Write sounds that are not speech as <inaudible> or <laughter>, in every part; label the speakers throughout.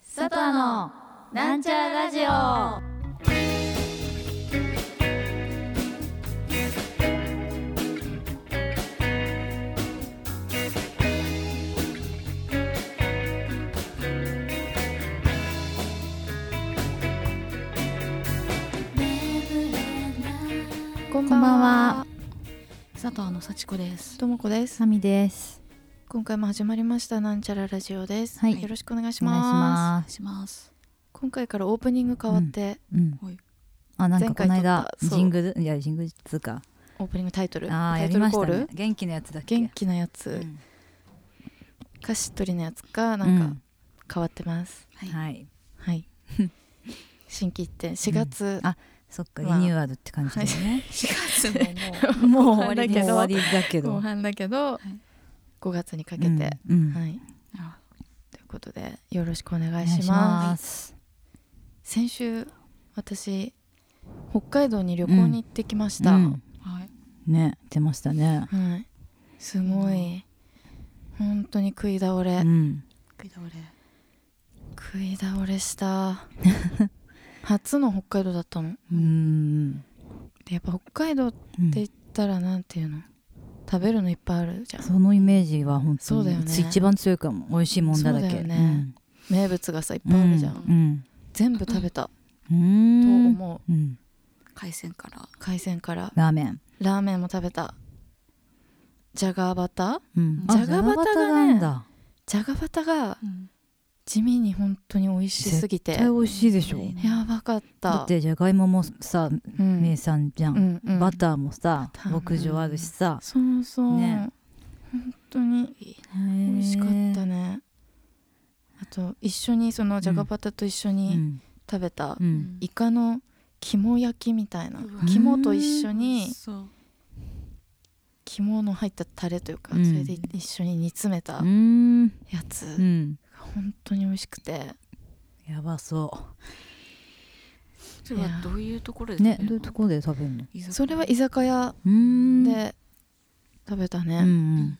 Speaker 1: 佐藤のなんちゃらラジオ
Speaker 2: こん
Speaker 1: こんばんは
Speaker 2: は。
Speaker 1: 佐藤の幸子です
Speaker 2: ともこです。
Speaker 3: サミです。
Speaker 2: 今回も始まりましたなんちゃらラジオです。
Speaker 3: はい
Speaker 2: よろしくお願いし
Speaker 3: お願いし
Speaker 2: ま
Speaker 3: ま
Speaker 2: す。
Speaker 3: す。
Speaker 1: します
Speaker 2: 今回からオープニング変わって、
Speaker 3: うん
Speaker 1: はい。
Speaker 3: あ、なんかこの
Speaker 2: 前回撮
Speaker 3: 間
Speaker 2: ったそう
Speaker 3: ジングルいやジングルっつうか。
Speaker 2: オープニングタイトル、
Speaker 3: ああ
Speaker 2: タ
Speaker 3: や
Speaker 2: イ
Speaker 3: り
Speaker 2: トル
Speaker 3: まし
Speaker 2: コー
Speaker 3: た
Speaker 2: ル、
Speaker 3: ね。元気なやつだっけ。
Speaker 2: 元気なやつ、
Speaker 3: うん
Speaker 2: 歌詞取りのやつかなんか変わってます。
Speaker 3: う
Speaker 1: い
Speaker 3: んはい。
Speaker 2: はい
Speaker 3: <laughs>
Speaker 2: 新規一点4月、
Speaker 3: あそっかリ
Speaker 2: まあ
Speaker 3: ニューアルって感じだよね。
Speaker 1: 4月 <laughs> も
Speaker 2: <laughs>
Speaker 1: もう
Speaker 3: もう
Speaker 2: 終わりだけ
Speaker 3: 終
Speaker 2: ど
Speaker 3: わりだけ
Speaker 2: 後
Speaker 3: ど。
Speaker 2: 半だけど、
Speaker 1: い
Speaker 2: 5月にかけて、はい
Speaker 3: うんうんお
Speaker 2: ということでよろしくお願い
Speaker 3: 願い
Speaker 2: し
Speaker 3: し
Speaker 2: ま。
Speaker 3: ますす。
Speaker 2: 先週私北海道に旅行に行ってきました。
Speaker 3: うん
Speaker 1: はい
Speaker 3: ね出ましたね。
Speaker 2: はい、すごい、本当に食い倒れ、
Speaker 3: うん。
Speaker 1: 食い倒れ
Speaker 2: 食い倒れした
Speaker 3: <laughs>
Speaker 2: 初の北海道だったの
Speaker 3: うん。
Speaker 2: でやっぱ北海道って
Speaker 3: うん
Speaker 2: 言ったらなんていうの食べるのいっぱいあるじゃん
Speaker 3: そのイメージは本
Speaker 2: そ
Speaker 3: 当
Speaker 2: うだよ
Speaker 3: に
Speaker 2: ね
Speaker 3: 一番強いかも美味しいもんだら
Speaker 2: そうだ
Speaker 3: け。
Speaker 2: よ
Speaker 3: う
Speaker 2: ね
Speaker 3: ん
Speaker 2: 名物がさいっ
Speaker 3: う
Speaker 2: ぱいある
Speaker 3: ん
Speaker 2: じゃん、
Speaker 3: うん
Speaker 2: 全部食べた
Speaker 3: う
Speaker 2: と
Speaker 3: ん。
Speaker 2: 思う、
Speaker 3: うん。
Speaker 1: 海鮮から
Speaker 2: 海鮮から
Speaker 3: ラーメン。
Speaker 2: ラーメンも食べたじゃがバタ
Speaker 3: うん
Speaker 2: じゃがバタがね
Speaker 3: あなんだ。
Speaker 2: じゃがバタが
Speaker 1: うん
Speaker 2: 地味に本当に美味しすぎて
Speaker 3: 絶対美味しいでしょ。
Speaker 1: ね
Speaker 2: やばかった
Speaker 3: だってじゃがいももさ
Speaker 2: うん
Speaker 3: 名産じゃ、
Speaker 2: うんんうん
Speaker 3: バターもさ
Speaker 2: ターも
Speaker 3: 牧場あるしさ、
Speaker 2: そうそう、
Speaker 3: ね
Speaker 2: 本当に美味しかったねあと一緒にそのじゃがバタと一緒
Speaker 3: う
Speaker 2: に
Speaker 3: ん
Speaker 2: 食べた
Speaker 3: う
Speaker 1: うん
Speaker 2: イカの肝焼きみたいな
Speaker 1: うわ
Speaker 2: 肝と一緒に
Speaker 1: そう
Speaker 2: 肝の入ったタレというか
Speaker 3: うん
Speaker 2: それで一緒に煮詰めた
Speaker 3: うん
Speaker 2: やつ
Speaker 3: う
Speaker 2: が
Speaker 3: ん
Speaker 2: 本当に美味しくて
Speaker 3: やばそ
Speaker 1: それはどういうところ
Speaker 3: う
Speaker 1: で
Speaker 3: ね
Speaker 1: 食べ
Speaker 3: ど
Speaker 1: る
Speaker 3: ういうところで食べるの
Speaker 1: の
Speaker 2: それは居酒屋
Speaker 3: うん
Speaker 2: で食べた
Speaker 3: うん
Speaker 2: ね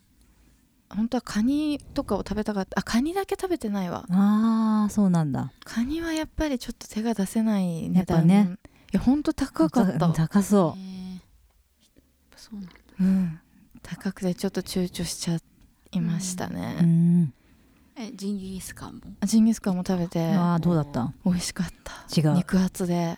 Speaker 2: 本当はカニとかを食べたかったあカニだけ食べてないわ
Speaker 3: うんああそうなんだ
Speaker 2: カニはやっぱりちょっと手が出せない
Speaker 3: や
Speaker 2: 値
Speaker 3: っぱ
Speaker 2: 段
Speaker 3: ね
Speaker 2: いや本当高
Speaker 3: <laughs>
Speaker 2: かった
Speaker 3: 高そ
Speaker 1: へーそうなんだ
Speaker 2: うん、高くてちょっと躊躇しちゃいましたね
Speaker 3: う、うん
Speaker 1: えジンギスカンも
Speaker 2: あジンギスカンも食べて
Speaker 3: ああどうだった
Speaker 2: 美味しかった
Speaker 3: 違う
Speaker 2: 肉厚で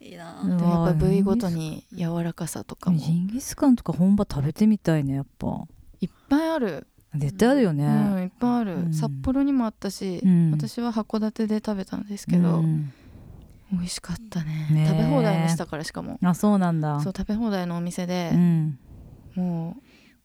Speaker 1: いいな
Speaker 3: う
Speaker 2: で
Speaker 3: ん
Speaker 2: もやっぱ部位ごと
Speaker 3: う
Speaker 2: に柔らかさとかも
Speaker 3: ジンギスカンとか本場食べてみたいねやっぱ
Speaker 2: いっぱいある、
Speaker 3: 絶対あるよ
Speaker 2: う
Speaker 3: ね
Speaker 2: ん、いっぱいある、
Speaker 3: うん
Speaker 2: 札幌にもあったし、
Speaker 3: うん
Speaker 2: 私は函館で食べたんですけど、
Speaker 3: うん
Speaker 2: 美味しかったね
Speaker 3: ねえ
Speaker 2: 食べ放題にしたからしかも
Speaker 3: あそうなんだ
Speaker 2: そう食べ放題のお店で
Speaker 3: う、ん
Speaker 2: も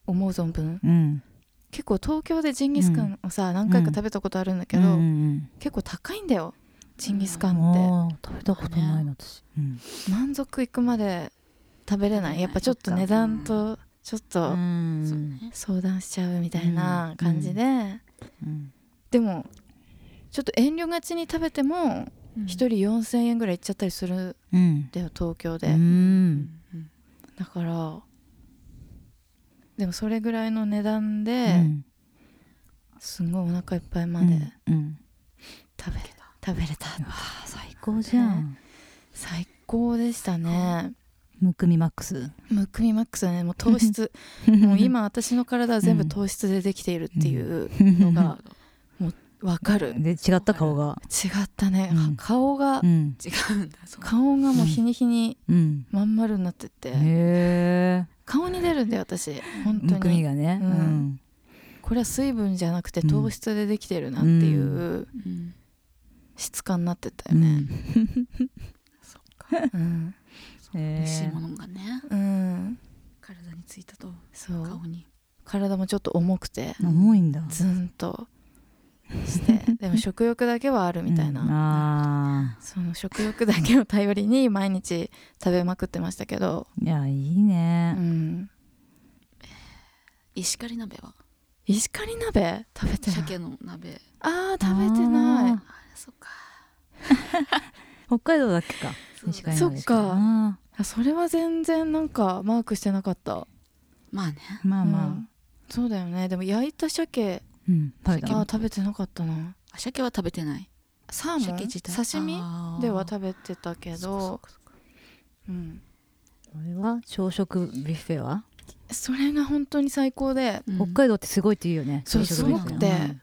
Speaker 2: う思う存分
Speaker 3: うん
Speaker 2: 結構東京でジンギスカンをさ、何回か食べたことあるんだけど、
Speaker 3: うんうん
Speaker 2: 結構高いんだよジンギス
Speaker 3: う
Speaker 2: カンって。
Speaker 3: んあー食べたことないの私うん
Speaker 2: 満足いくまで食べれないやっぱちょっと値段とちょっ
Speaker 3: う
Speaker 2: と
Speaker 3: ん
Speaker 1: そうね
Speaker 2: 相談しちゃうみたいな感じで、
Speaker 3: うん
Speaker 2: でもちょっと遠慮がちに食べても1人4,000円ぐらいいっちゃったりするん
Speaker 3: うん
Speaker 2: だよ東京で、
Speaker 3: うん
Speaker 1: うん
Speaker 2: だからでもそれぐらいの値段で、
Speaker 3: うん
Speaker 2: すごいお腹いっぱいまで
Speaker 3: うん
Speaker 2: 食べ,、食べれた
Speaker 3: あ最高じゃん
Speaker 2: 最高でしたね
Speaker 3: むくみマックス
Speaker 2: むくみマックスはねもう糖質もう今私の体は全部糖質でできているっていうのが、わかる違
Speaker 3: で違った顔が
Speaker 2: ったね、
Speaker 3: うん
Speaker 2: 顔が、
Speaker 3: うん
Speaker 1: 違うんだそう
Speaker 2: 顔がもう日に日に
Speaker 3: うん
Speaker 2: まん丸になってって、
Speaker 3: へえ
Speaker 2: 顔に出るんだよ私
Speaker 3: む
Speaker 2: 本当
Speaker 3: くみ
Speaker 2: に
Speaker 3: がね
Speaker 2: う
Speaker 3: うんん
Speaker 2: これは水分じゃなくて
Speaker 3: うん
Speaker 2: 糖質でできてるなっていう
Speaker 1: うん
Speaker 2: 質感になってた
Speaker 3: う
Speaker 2: よね
Speaker 3: ん
Speaker 1: そっか
Speaker 2: うん、
Speaker 3: へ
Speaker 1: 美味しい
Speaker 3: え
Speaker 1: ものがね
Speaker 2: うん、
Speaker 1: 体についたと
Speaker 2: そう
Speaker 1: 顔に
Speaker 2: 体もちょっと重くて
Speaker 3: 重いんだ
Speaker 2: ズンとしてでも食欲だけはあるみたいな、
Speaker 3: うんあ
Speaker 2: その食欲だけを頼りに毎日食べまくってましたけど、
Speaker 3: ーいやいいうね
Speaker 2: ん、
Speaker 1: 石狩鍋は
Speaker 2: 石狩鍋食べてない
Speaker 1: 鮭の鍋
Speaker 2: あー食べてな
Speaker 3: あ
Speaker 1: あそっか
Speaker 3: 北海道だっけか
Speaker 1: そう
Speaker 3: 西海
Speaker 2: そ
Speaker 3: 岸
Speaker 2: っか
Speaker 3: ですあ
Speaker 2: いあそれは全然なんかマークしてなかった
Speaker 1: まあね
Speaker 3: ーまあ
Speaker 2: う
Speaker 3: ま
Speaker 2: んそうだよねでも焼いた鮭
Speaker 3: あうん食べ
Speaker 2: あ
Speaker 3: た
Speaker 2: ー食べてなかったな
Speaker 1: あ鮭は食べてない
Speaker 2: サーモ
Speaker 1: 鮭自体
Speaker 2: ン刺身
Speaker 1: あー
Speaker 2: では食べてたけ
Speaker 1: そっ
Speaker 2: ど
Speaker 1: かそっかそっか
Speaker 2: うん
Speaker 3: これは朝食ビュッフェは、
Speaker 2: それが本当に最高で
Speaker 1: うん
Speaker 3: 北海道ってすごいって言うよね
Speaker 2: そう
Speaker 3: 朝食ビュッフェ
Speaker 1: すごく
Speaker 2: て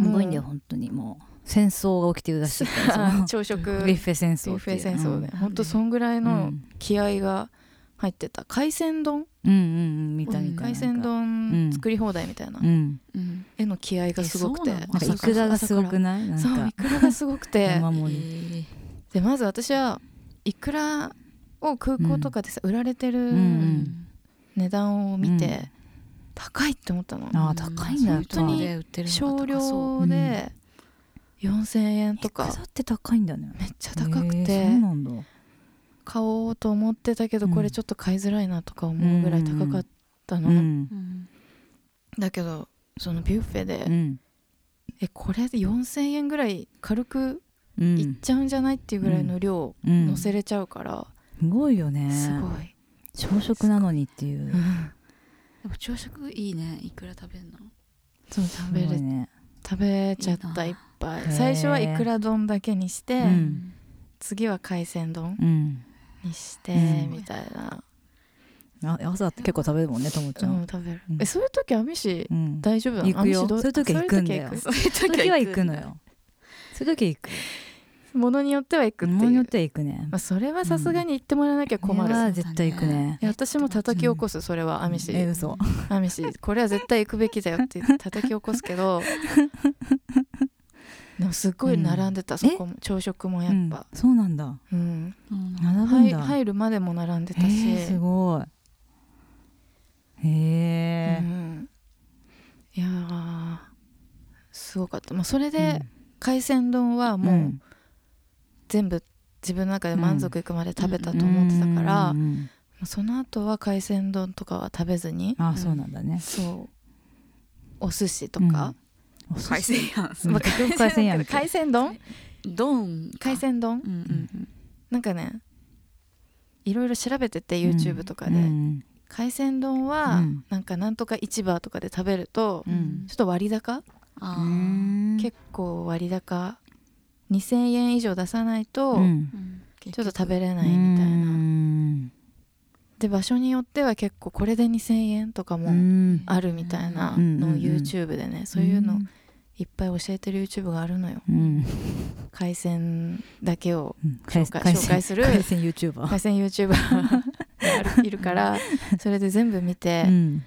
Speaker 3: うんすごいんだよ本当にもう戦争が起きてるらしいから
Speaker 2: <laughs>
Speaker 3: その
Speaker 2: 朝食
Speaker 3: ビュッ
Speaker 2: ビ
Speaker 3: フェ戦争
Speaker 2: ュッ
Speaker 3: って
Speaker 2: フ
Speaker 3: いう
Speaker 2: ェ戦争で
Speaker 1: うん
Speaker 2: 本当そんぐらい
Speaker 3: うんう
Speaker 2: の
Speaker 3: ん
Speaker 2: 気合が入ってた海鮮丼
Speaker 3: うんうん見たみたい
Speaker 2: 海鮮
Speaker 3: う
Speaker 2: 丼
Speaker 3: ん
Speaker 2: 作り放題みたいな
Speaker 3: うん
Speaker 1: うん
Speaker 2: 絵の気合がすごくて
Speaker 1: えそうなの
Speaker 3: なんかイクラがすごくないなん
Speaker 2: そうイ
Speaker 3: か
Speaker 2: クラがすごくて
Speaker 3: 山
Speaker 1: え
Speaker 3: 盛り
Speaker 1: ー
Speaker 2: でまず私はイクラを空港とかでさ売られて
Speaker 3: う
Speaker 1: うん
Speaker 2: る値段を見て、
Speaker 3: うん
Speaker 2: 高いって思ったの
Speaker 3: あー高いんだ
Speaker 1: 本当に
Speaker 2: や
Speaker 1: 売ってるの
Speaker 2: 少
Speaker 1: が高そう
Speaker 2: 量で4,000円とか
Speaker 3: イクラって高いんだね
Speaker 2: めっちゃ高く
Speaker 3: えー
Speaker 2: て
Speaker 3: そうなんだ
Speaker 2: 買おうと思ってたけど
Speaker 3: うん
Speaker 2: これちょっと買いづらいなとか思うぐらい高かった
Speaker 3: う
Speaker 2: の
Speaker 3: ん
Speaker 1: うん
Speaker 2: だけどそのビュッフェで
Speaker 3: うん
Speaker 2: えこれで4,000円ぐらい軽く
Speaker 3: うん
Speaker 2: いっちゃうんじゃないっていうぐらいの量
Speaker 3: うん
Speaker 2: 乗せれちゃうから
Speaker 3: すごいよね
Speaker 2: すごい
Speaker 3: 朝食なのにっていううん
Speaker 1: でも朝食いいねいくら食べるの
Speaker 2: そう食べ
Speaker 3: すご
Speaker 2: れ
Speaker 3: いね
Speaker 2: 食べちゃった
Speaker 1: い
Speaker 2: い
Speaker 1: い
Speaker 2: っ
Speaker 1: な
Speaker 2: ぱ
Speaker 3: へー
Speaker 2: い最初はイクラ丼だけにして、
Speaker 3: うん
Speaker 2: 次は海鮮丼
Speaker 3: うん
Speaker 2: にして、
Speaker 3: うん
Speaker 2: みたいな、
Speaker 3: あ朝って結構食べるもんねともち
Speaker 2: う
Speaker 3: ゃ
Speaker 2: ん
Speaker 3: ん、
Speaker 2: 食べる、
Speaker 3: うん
Speaker 2: えそういう時アミシ
Speaker 3: うん
Speaker 2: 大丈夫なの
Speaker 3: 行くよ
Speaker 2: アミシ
Speaker 3: そ
Speaker 2: ど
Speaker 3: ういう時は行くんだよ
Speaker 2: そういう時
Speaker 1: そういう
Speaker 3: そういう時は行くのよそういう時は行く
Speaker 2: ものによっては行く <laughs> って
Speaker 3: ものに
Speaker 2: い
Speaker 3: よっ
Speaker 2: う、
Speaker 3: ては行くね
Speaker 2: まあ、それはさすがに行ってもらわなきゃ困
Speaker 3: こ
Speaker 2: る、
Speaker 3: れ
Speaker 2: い
Speaker 3: は絶対行くね
Speaker 2: や私も叩き起こすそれはアミシ、
Speaker 3: え嘘
Speaker 2: アミシこれは絶対行くべきだよって
Speaker 3: <laughs>
Speaker 2: 言って叩き起こすけどでもすっごい並んでた、そこも朝食もやっぱ、
Speaker 3: うんそうなんだ
Speaker 2: うん、
Speaker 1: うん
Speaker 3: 並ぶん
Speaker 2: 入
Speaker 3: だ
Speaker 2: 入るまでも並んでたし、
Speaker 3: へえすごいへ
Speaker 2: う
Speaker 3: え
Speaker 2: ん、いやーすごかった、まあ、それで海鮮丼は
Speaker 3: うん
Speaker 2: も
Speaker 3: う
Speaker 2: うん全部自分の中で満足いくまで食べたと思ってたから、
Speaker 3: うんうん
Speaker 2: その後は海鮮丼とかは食べずに
Speaker 3: あそうなんだね
Speaker 2: そうお寿司とか、
Speaker 3: うんお
Speaker 1: 海
Speaker 3: 寿司
Speaker 1: 鮮やん
Speaker 3: うん
Speaker 2: まあ海
Speaker 3: 海鮮やんけ
Speaker 2: 海鮮丼
Speaker 1: ドンか
Speaker 2: 海鮮丼
Speaker 1: うんうん
Speaker 2: なんかねいろいろ調べてて YouTube とかで、
Speaker 3: うん
Speaker 2: 海鮮丼
Speaker 3: う
Speaker 2: は
Speaker 3: ん
Speaker 2: なんかなんとか市場とかで食べると
Speaker 1: う
Speaker 3: うんん
Speaker 2: ちょっと割高
Speaker 1: あー
Speaker 3: うん
Speaker 2: 結構割高2000円以上出さないと
Speaker 3: うん
Speaker 1: うん
Speaker 2: ちょっと食べれ
Speaker 3: う
Speaker 2: ないみたいな、
Speaker 3: ん
Speaker 2: で場所によっては結構これで2000円とか
Speaker 3: う
Speaker 2: も
Speaker 3: ん
Speaker 2: あるみたいな
Speaker 3: うん
Speaker 2: のを
Speaker 3: うんうん
Speaker 2: YouTube でねそういうのいっぱい教えてる YouTube があるのよ
Speaker 3: うん
Speaker 2: 海鮮だけを
Speaker 3: うん
Speaker 2: 紹介
Speaker 3: 海鮮
Speaker 2: 紹介する
Speaker 3: 海鮮 YouTuber
Speaker 2: 海鮮 YouTuber
Speaker 3: <laughs>
Speaker 2: がいるからそれで全部見て
Speaker 3: う、ん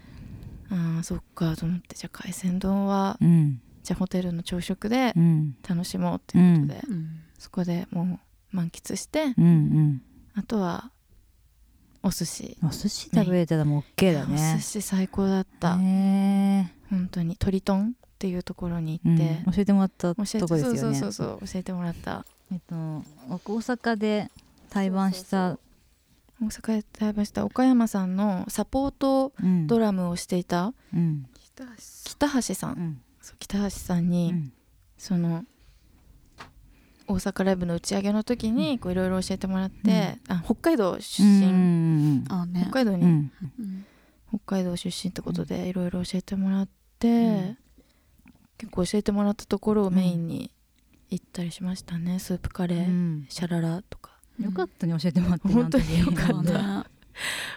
Speaker 2: ああそっかと思ってじゃあ海鮮丼は
Speaker 3: うん
Speaker 2: じゃあホテルの朝食で
Speaker 3: うん
Speaker 2: 楽しもうっていうことで、
Speaker 1: うん
Speaker 2: そこでもう満喫して
Speaker 3: うん
Speaker 2: あとはお寿司
Speaker 3: うんお寿司食べたらもう OK だ
Speaker 2: お寿
Speaker 3: ね
Speaker 2: 司最高だった、
Speaker 3: へ
Speaker 2: 本当に鳥トンっていうところに
Speaker 3: えう
Speaker 2: 行
Speaker 3: ん
Speaker 2: って、
Speaker 3: 教えてもらった
Speaker 2: 教え
Speaker 3: と
Speaker 2: て
Speaker 3: こです
Speaker 2: そ
Speaker 3: よ
Speaker 2: う
Speaker 3: ね
Speaker 2: そうそうそう教えてもらった
Speaker 3: えっと大阪で対バンした
Speaker 2: 大阪で対話した岡山さんのサポート
Speaker 3: うん
Speaker 2: ドラムをしていた
Speaker 3: うん
Speaker 2: 北橋さん、
Speaker 3: うん
Speaker 2: そう北橋さんに、
Speaker 3: うん
Speaker 2: その大阪ライブの打ち上げの時にこういろいろ教えてもらって、あ北海道出
Speaker 3: うん
Speaker 2: 身、
Speaker 3: うん
Speaker 1: あーね
Speaker 2: 北海道に、
Speaker 3: うんうん
Speaker 1: うん
Speaker 2: 北海道出身ってことでいろいろ教えてもらって、
Speaker 3: ん
Speaker 2: 結構教えてもらったところをメインに行ったりしましたね、スープカレ
Speaker 3: う
Speaker 2: ー、
Speaker 3: ん
Speaker 2: シャララとか
Speaker 3: よかったね教えてもらって
Speaker 2: 本当によかった
Speaker 1: まあ
Speaker 3: なんてね
Speaker 1: ね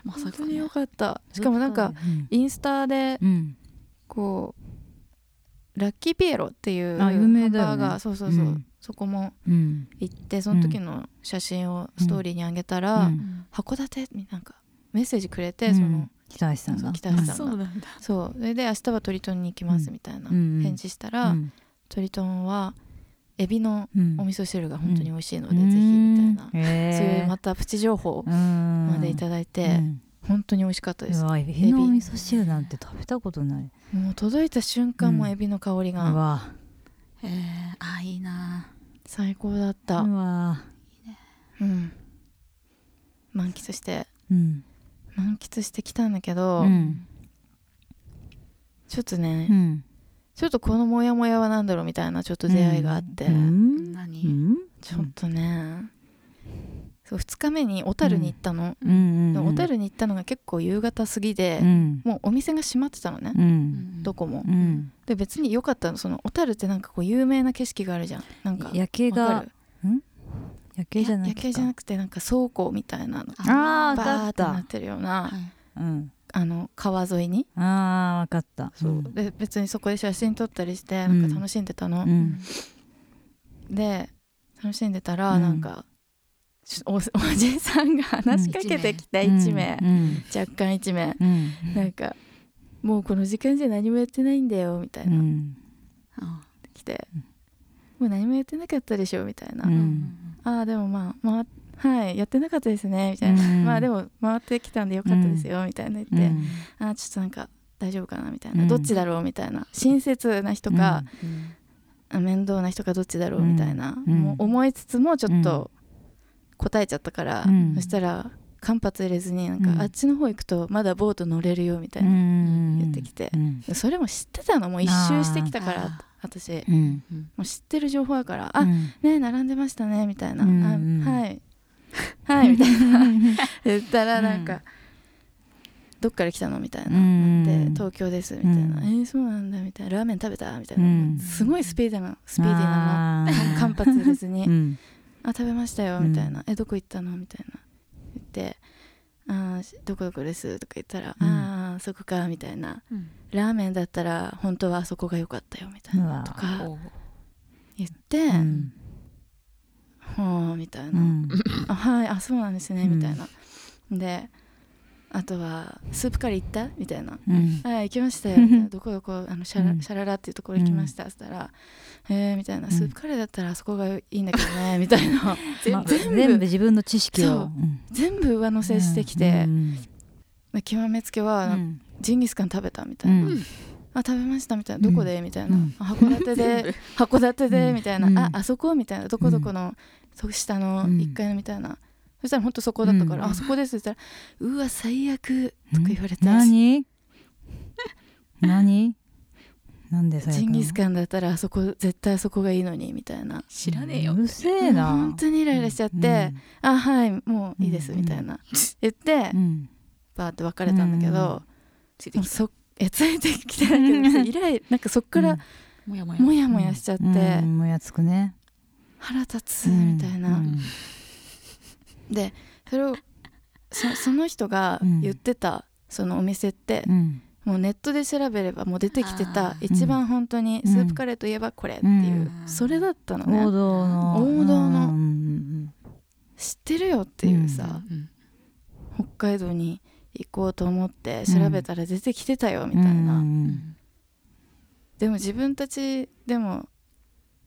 Speaker 1: まさ
Speaker 2: 本
Speaker 1: か
Speaker 2: 当に
Speaker 1: ね
Speaker 2: よかったしかもなんかインスタで
Speaker 3: うん
Speaker 2: こうラッキーピエロっていう
Speaker 3: あ有名だよね
Speaker 2: ハンバーガーそうそうそう、
Speaker 3: うん
Speaker 2: そこも
Speaker 3: うん
Speaker 2: 行ってその時の写真をストーリーにあげたら、
Speaker 3: うん
Speaker 1: うん
Speaker 2: 函館になんかメッセージくれて、
Speaker 3: うん
Speaker 2: その
Speaker 3: 北橋さんが
Speaker 2: 北橋さん
Speaker 1: そうなんだ
Speaker 2: そうそれで明日はトリトンに行きますみたいな
Speaker 3: うん
Speaker 2: 返事したら、
Speaker 3: うん
Speaker 2: トリトンはエビの
Speaker 3: うん
Speaker 2: お味噌汁が本当に美味しいので、
Speaker 3: うん
Speaker 2: ぜひみたいな、
Speaker 3: へえ
Speaker 2: そういうまたプチ情報
Speaker 3: うん
Speaker 2: までいただいて、
Speaker 3: うん
Speaker 2: 本当に美味しかったです
Speaker 3: う、わエビのお味噌汁なんて食べたことない
Speaker 2: もう届いた瞬間
Speaker 3: う
Speaker 2: も
Speaker 3: ん
Speaker 2: エビの香り
Speaker 3: う
Speaker 2: が
Speaker 3: わ
Speaker 1: えーあーいいな
Speaker 2: 最高だった、う
Speaker 3: うんわ
Speaker 2: 満喫して
Speaker 3: うん
Speaker 2: 満喫してきたんだけど、
Speaker 3: うん
Speaker 2: ちょっとね、
Speaker 3: うん
Speaker 2: ちょっとこのモヤモヤは何だろうみたいなちょっと出会いがあって、
Speaker 3: うん
Speaker 1: 何
Speaker 3: うん
Speaker 2: ちょっとね、そう2日目に小樽に行ったの、
Speaker 3: うんうん
Speaker 2: で
Speaker 3: う
Speaker 2: も
Speaker 3: ん
Speaker 2: 小樽に行ったのが結構夕方過ぎで
Speaker 3: う、ん
Speaker 2: もうお店が閉まってたのね
Speaker 3: う、
Speaker 1: うんん
Speaker 2: どこも、
Speaker 3: うん
Speaker 2: で別に良かったのその小樽ってなんかこう有名な景色があるじゃんなんか
Speaker 3: 夜景
Speaker 2: わか
Speaker 3: が
Speaker 2: る
Speaker 3: 夜景じゃない
Speaker 2: 夜景じゃなくてなんか倉庫みたいなのが
Speaker 3: あーわ
Speaker 2: バ
Speaker 3: かった
Speaker 2: ーってなってるような、
Speaker 1: はい
Speaker 3: うん
Speaker 2: あの川沿いに
Speaker 3: あーわかった
Speaker 2: そう
Speaker 3: う
Speaker 2: で別にそこで写真撮ったりして
Speaker 3: うん
Speaker 2: なんか楽しんでたの、
Speaker 3: ん
Speaker 2: で楽しんでたら
Speaker 3: うん
Speaker 2: なんか、しおお <laughs> じいさんが話しかけてきた
Speaker 3: うん
Speaker 2: 1名、
Speaker 3: うん
Speaker 2: 若干1名、
Speaker 3: うん
Speaker 2: なんか「もうこの時間じゃ何もやってないんだよ」みたいうな、
Speaker 3: ん
Speaker 1: あ
Speaker 2: 来て「もう何もやってなかったでしょ」みたいな「
Speaker 3: うん
Speaker 2: ああでもまあまあはいやってなかったですね」みたいな
Speaker 3: う
Speaker 2: 「
Speaker 3: ん
Speaker 2: まあでも回ってきたんでよかったですよ」みたいな言って「
Speaker 3: うん
Speaker 2: ああちょっとなんか大丈夫かな」みたいな、
Speaker 3: うん
Speaker 2: どっちだろう?」みたいな親切な人か、面倒な人がどっちだろうみたいな、
Speaker 3: うん
Speaker 2: もう思いつつもちょっと答えちゃったから、
Speaker 3: うん
Speaker 2: そしたら間髪入れずになんか、
Speaker 3: うん
Speaker 2: あっちの方行くとまだボート乗れるよみたいな、
Speaker 3: ん
Speaker 2: 言ってきて
Speaker 3: う、ん
Speaker 2: それも知ってたのもう一周してきたか
Speaker 1: あ
Speaker 2: ら
Speaker 1: ー
Speaker 2: 私
Speaker 3: うん
Speaker 2: もう知ってる情報やから「あ、
Speaker 3: う
Speaker 2: ね
Speaker 3: ん
Speaker 2: え並んでましたね」みたいな「
Speaker 3: うんうん
Speaker 2: あはい <laughs> はい」みたい
Speaker 3: <laughs>
Speaker 2: な言ったらなんか、
Speaker 3: うん
Speaker 2: どっから来たの?」みたいな。
Speaker 3: うん
Speaker 2: で東京ですみたいな「
Speaker 3: うん
Speaker 2: えー、そうなんだ」みたいな「ラーメン食べた?」みたいな、
Speaker 3: うん
Speaker 2: すごいスピーディーなスピーディーな
Speaker 3: あ
Speaker 2: の
Speaker 3: ー
Speaker 2: 間髪入れずに「
Speaker 3: うん
Speaker 2: あ食べましたよ」みたいな「えどこ行ったの?」みたいな言って「あーしどこどこです」とか言ったら「
Speaker 3: うん
Speaker 2: ああそこか」みたいな「ラーメンだったら本当はあそこが良かったよ」みたいうな
Speaker 3: わ
Speaker 2: とか言って
Speaker 3: う
Speaker 2: 「
Speaker 3: ん
Speaker 2: ほう」みたいうな「
Speaker 3: ん
Speaker 2: あはいあそうなんですね」
Speaker 3: うん
Speaker 2: みたいなであとは「スープカリー行った?」みたいな
Speaker 3: うん
Speaker 2: はい、行きま
Speaker 3: <laughs>
Speaker 2: したよ。みたいなどこどこ、あの、シャラ、
Speaker 3: うん
Speaker 2: シャララっていうところ行きました。そしたら、えー、みたいな、
Speaker 3: うん
Speaker 2: スープカレーだったらあそこがいいんだけどね、みたいな。
Speaker 3: まあ
Speaker 2: 全部、
Speaker 3: 全部自分の知識
Speaker 2: そう
Speaker 3: をうん
Speaker 2: 全部上乗せしてきて
Speaker 3: う、ん
Speaker 2: で極めつけは、
Speaker 3: う
Speaker 2: あの
Speaker 3: ん
Speaker 2: ジンギスカン食べたみた
Speaker 3: う
Speaker 2: いな。
Speaker 3: ん
Speaker 2: あ、食べましたみたいな。どこでみたいな
Speaker 3: うん。
Speaker 2: あ函館で、函館
Speaker 3: う
Speaker 2: で、
Speaker 3: ん
Speaker 2: みたいな
Speaker 3: う。ん
Speaker 2: あ、あそこみたいな。どこどこの、そ下の
Speaker 3: うん
Speaker 2: 1階のみたいな。そしたら本当そこだったか
Speaker 3: う
Speaker 2: ら、
Speaker 3: ん
Speaker 2: あそこですって言ったら、うわ、最悪と
Speaker 3: う
Speaker 2: か
Speaker 3: ん
Speaker 2: 言われて、
Speaker 3: 何何なんでさやか
Speaker 2: ジンギスカンだったらあそこ、絶対あそこがいいのに、みたいな。
Speaker 1: 知らねえよ
Speaker 3: うるせえな
Speaker 2: 本当にイライラしちゃって「あはいもういいです」
Speaker 3: うん
Speaker 2: みたいな、言って
Speaker 3: うんうん
Speaker 2: バーって別れたんだけど、
Speaker 1: ついて
Speaker 2: もう
Speaker 1: きた
Speaker 2: そえついてきてないけど別にイライなんかそっから
Speaker 1: もやもや
Speaker 2: モヤモヤしちゃって、
Speaker 3: うんもやつくね
Speaker 2: 腹立つみたいな、
Speaker 3: うん
Speaker 2: でそれをそその人が言ってたそのお店って
Speaker 3: う、ん
Speaker 2: もうネットで調べればもう出てきて
Speaker 1: あ
Speaker 2: た
Speaker 1: ー
Speaker 2: 一番本当に
Speaker 3: うん
Speaker 2: スープカレーといえばこれっていう、
Speaker 1: うん
Speaker 2: それだったの
Speaker 3: 王
Speaker 2: ね
Speaker 3: 道の
Speaker 2: 王道の
Speaker 3: うんうん
Speaker 2: 知ってるよっていうさ、
Speaker 1: うん
Speaker 2: 北海道に行こうと思って調べたら出てきてたよみたいな、
Speaker 3: うん
Speaker 1: う
Speaker 3: うん
Speaker 1: ん
Speaker 2: でも自分たちでも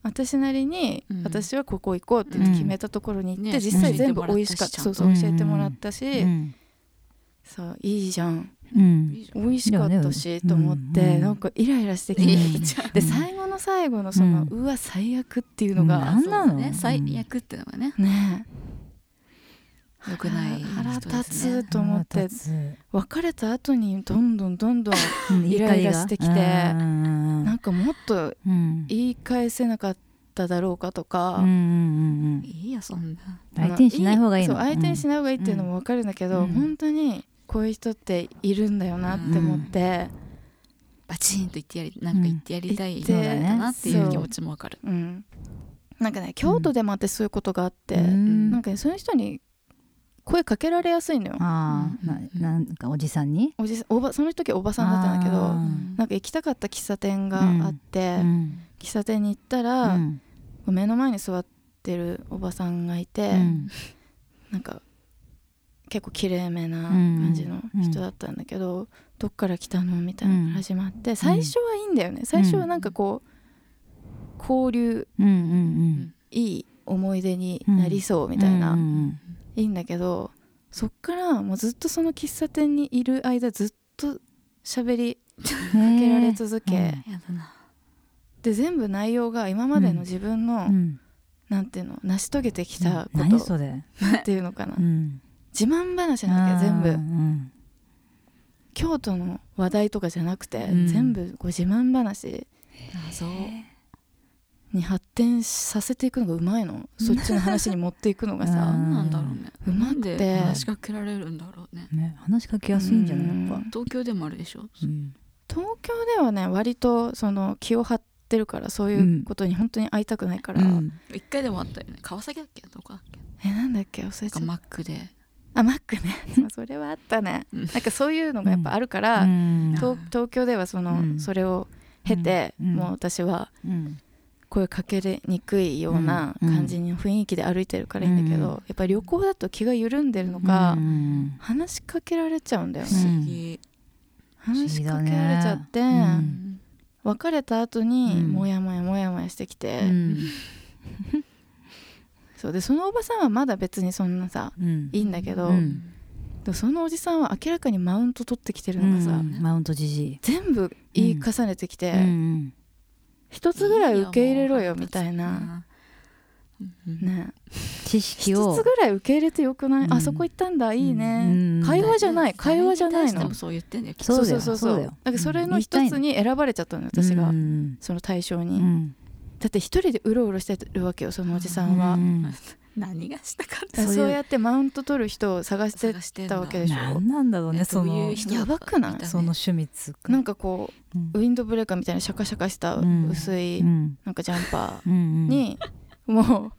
Speaker 2: 私なりに
Speaker 1: うん
Speaker 2: 私はここ行こうって言って決めたところに行って、
Speaker 1: ね
Speaker 2: 実際
Speaker 1: 教え
Speaker 2: 全
Speaker 1: て
Speaker 2: 部
Speaker 1: もらったし
Speaker 2: 美味しかった
Speaker 1: ちゃん
Speaker 2: そう
Speaker 1: と
Speaker 2: そう教えてもらったし、
Speaker 3: うん
Speaker 2: そういいじゃん
Speaker 3: うん
Speaker 1: いいじゃん
Speaker 2: 美味しかったし、
Speaker 3: うん
Speaker 2: と思って、
Speaker 3: うん
Speaker 2: なんかイライラしてきて、
Speaker 1: いいじゃん
Speaker 2: で最後の最後のその、うわ最悪っていうのが、
Speaker 3: なんなの
Speaker 1: そうね最悪ってのがね
Speaker 2: ねえ
Speaker 1: 良くない
Speaker 2: 腹
Speaker 1: 人で
Speaker 2: 立
Speaker 1: すね
Speaker 2: つと思って
Speaker 3: 腹立つ
Speaker 2: 別れた後にどんどんどんどん
Speaker 3: うん
Speaker 2: イライラしてきて
Speaker 3: うん
Speaker 2: なんかもっと
Speaker 3: うん
Speaker 2: 言い返せなかっただろうかとか、
Speaker 3: うんうんうん
Speaker 1: いいやそんな
Speaker 3: 相手にしない方がいいの
Speaker 2: そう相手にしない方がいいっていうのも分かるんだけど、
Speaker 3: うん
Speaker 2: 本当にこういう人っているんだよなって思って、
Speaker 1: バチンと言ってやりなんか言ってやりたい
Speaker 2: うん
Speaker 1: 人だったなっていう気持ちもわかる
Speaker 2: うんなんかね京都でも私そういうことがあって、
Speaker 3: うん
Speaker 2: なんかねそういう人に声かけられやすいのよ
Speaker 3: ああ、ななんかおじさんに
Speaker 2: おじさんおばその時おばさんだったんだけ
Speaker 3: あ
Speaker 2: ど
Speaker 3: ー
Speaker 2: なんか行きたかった喫茶店があって、
Speaker 3: うん
Speaker 2: 喫茶店に行った
Speaker 3: う
Speaker 2: ら、
Speaker 3: ん
Speaker 2: 目の前に座ってるおばさんがいて、
Speaker 3: うん
Speaker 2: なんか結構きれいめな感じの人だったんだけど、どっから来たのみたいなの
Speaker 3: うん
Speaker 2: が始まって、最初はいいんだよね最初はなんかこう交流
Speaker 3: うんうん
Speaker 2: いい思い出になりそうみたいな、
Speaker 3: うんうん
Speaker 2: いいんだけどそっからもうずっとその喫茶店にいる間ずっと喋り
Speaker 3: うん
Speaker 2: かけら
Speaker 3: へ
Speaker 2: れ
Speaker 3: ー
Speaker 2: 続け、
Speaker 3: うん
Speaker 1: やだな
Speaker 2: で全部内容が今までの自分
Speaker 3: う
Speaker 2: の、
Speaker 3: ん
Speaker 2: なんていうの成し遂げてきたこ
Speaker 3: 何
Speaker 2: と、
Speaker 3: それ、
Speaker 2: なんていうのかな
Speaker 3: うん、
Speaker 2: 自慢話なんだけど全部
Speaker 3: あーうん
Speaker 2: 京都の話題とかじゃなくて、
Speaker 3: うん
Speaker 2: 全部ご自慢話
Speaker 1: 謎
Speaker 3: へ
Speaker 2: に発展させていくのがうまいのそっちの話に持っていくのがさ、
Speaker 3: <laughs> う
Speaker 1: 何なんだろうね
Speaker 2: うま
Speaker 1: な
Speaker 2: く
Speaker 1: ん
Speaker 2: て
Speaker 1: で話しかけられるんだろうね
Speaker 3: ね、話しかけやすいんじゃないやっぱ、
Speaker 1: 東京でもあるでしょ
Speaker 3: うん
Speaker 2: 東京ではね割とその気を張ってるからそういうことに本当に会いたくないから、
Speaker 3: うん
Speaker 1: 一回でもあったよね川崎だっけどこだっけ
Speaker 2: えなんだっけ忘れち
Speaker 1: なんか
Speaker 2: ゃった
Speaker 1: マックで
Speaker 2: あマックね <laughs> そうそれはあったね
Speaker 1: うん
Speaker 2: なんかそういうのがやっぱあるから、
Speaker 3: うん
Speaker 2: 東東京ではその、
Speaker 3: うん
Speaker 2: それを経て、
Speaker 3: うん
Speaker 2: もう私は
Speaker 3: うん
Speaker 2: 声かけれにくいような感じの雰囲気で歩いてるからいいんだけど、
Speaker 3: うん
Speaker 2: やっぱ旅行だと気が緩んでるのか、
Speaker 3: うん
Speaker 2: 話しかけられちゃうんだよ
Speaker 1: 不
Speaker 2: ね、
Speaker 1: 思議
Speaker 2: 話しかけられちゃって、
Speaker 3: 思議だねう
Speaker 1: うんん
Speaker 2: 別れた後に
Speaker 3: うん
Speaker 2: もやもやもやもやしてきて、
Speaker 3: うん
Speaker 2: そうでそのおばさんはまだ別にそんなさ
Speaker 3: うん
Speaker 2: いいんだけど、
Speaker 3: うん
Speaker 2: でもそのおじさんは明らかにマウント取ってきてるのがさ、
Speaker 3: うんマウントじじい
Speaker 2: 全部言い重ねてきて、
Speaker 3: うん
Speaker 2: 一つぐらい受け入れろよみたいな、
Speaker 1: うん
Speaker 2: ね
Speaker 3: 知識
Speaker 2: 一
Speaker 3: を
Speaker 2: つぐらい受け入れてよくない、
Speaker 3: うん
Speaker 2: あそこ行ったんだいいね、
Speaker 3: うん
Speaker 2: 会話じゃない会話じゃな
Speaker 1: 誰に対し
Speaker 2: い
Speaker 1: ても
Speaker 2: の
Speaker 1: そう言ってんだよきっと
Speaker 3: そうだ
Speaker 2: そ
Speaker 3: よ
Speaker 2: うそうそ
Speaker 3: そ
Speaker 2: う
Speaker 3: うだ
Speaker 2: だ
Speaker 3: よ
Speaker 2: からそれ
Speaker 3: う
Speaker 2: の
Speaker 3: ん言いた
Speaker 2: 一
Speaker 3: い
Speaker 2: つ
Speaker 3: の
Speaker 2: に選ばれちゃったのよ私が、
Speaker 3: うん
Speaker 2: その対象に、
Speaker 3: うん
Speaker 2: だって一人でうろうろしてるわけよそのおじさんは、
Speaker 3: う
Speaker 1: 何がしたかっ
Speaker 2: だ
Speaker 1: た
Speaker 2: から
Speaker 3: そういう
Speaker 2: そうやってマウント取る人を探して
Speaker 1: して
Speaker 2: たわけでしょ
Speaker 3: なんなんだろうね
Speaker 1: ど
Speaker 3: そ
Speaker 1: う
Speaker 3: の
Speaker 1: いう人
Speaker 2: やばくない
Speaker 1: だった
Speaker 3: その趣味つうか
Speaker 2: なんかこ
Speaker 3: うん
Speaker 2: うウィンドブレーカーみたいなシャカシャカした
Speaker 3: うん
Speaker 2: 薄い、
Speaker 3: うん
Speaker 2: なんかジャンパ
Speaker 3: うんうん
Speaker 2: ーに、もう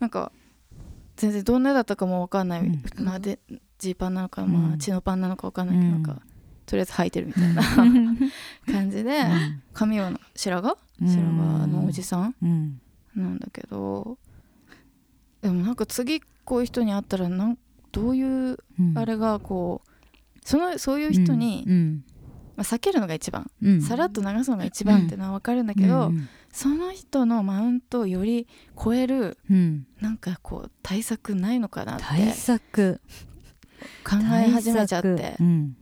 Speaker 2: なんか全然どんなだったかもわかんない、
Speaker 3: うん
Speaker 2: まあでジーパンなのかま
Speaker 3: う
Speaker 2: あ
Speaker 3: ん
Speaker 2: チノパンなのかわかんないけ
Speaker 3: う
Speaker 2: ど、
Speaker 3: ん
Speaker 2: なんかとりあえず履いてるみたいな感じで髪は白髪
Speaker 3: うん
Speaker 2: 白髪のおじさん
Speaker 3: うん
Speaker 2: なんだけどでもなんか次こういう人に会ったらなんどういう
Speaker 3: うん
Speaker 2: あれがこうそのそういう人に、
Speaker 3: うん
Speaker 2: まあ、避けるのが一番、
Speaker 3: うん
Speaker 2: さらっと流すのが一番ってのは分かるんだけど、
Speaker 3: うん
Speaker 2: その人のマウントをより超える
Speaker 3: うん
Speaker 2: なんかこう対策ないのかなって
Speaker 3: 対策
Speaker 2: 考え始めちゃって
Speaker 3: 対策うん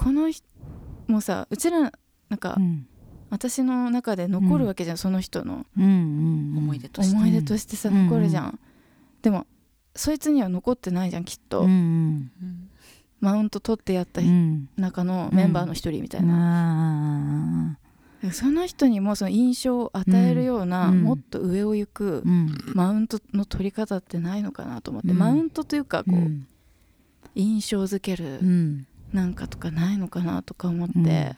Speaker 2: この人もうさうちらなんか、
Speaker 3: うん
Speaker 2: 私の中で残るわけじゃん、その人の
Speaker 3: うんうん
Speaker 1: 思い出として
Speaker 2: 思い出としてさ
Speaker 3: うん
Speaker 2: 残るじゃん、でもそいつには残ってないじゃんきっと、
Speaker 3: うん
Speaker 1: うん
Speaker 2: マウント取ってやった
Speaker 3: うんうん
Speaker 2: 中のメンバーの一人みたいな、
Speaker 3: な
Speaker 2: その人にもその印象を与えるような、
Speaker 3: うん
Speaker 2: もっと上を行く
Speaker 3: うん
Speaker 2: マウントの取り方ってないのかなと思って、
Speaker 3: うん
Speaker 2: マウントというかこう、
Speaker 3: うん
Speaker 2: 印象づける
Speaker 3: うん
Speaker 2: なんかとかないのかなとか思って、
Speaker 3: うん
Speaker 2: や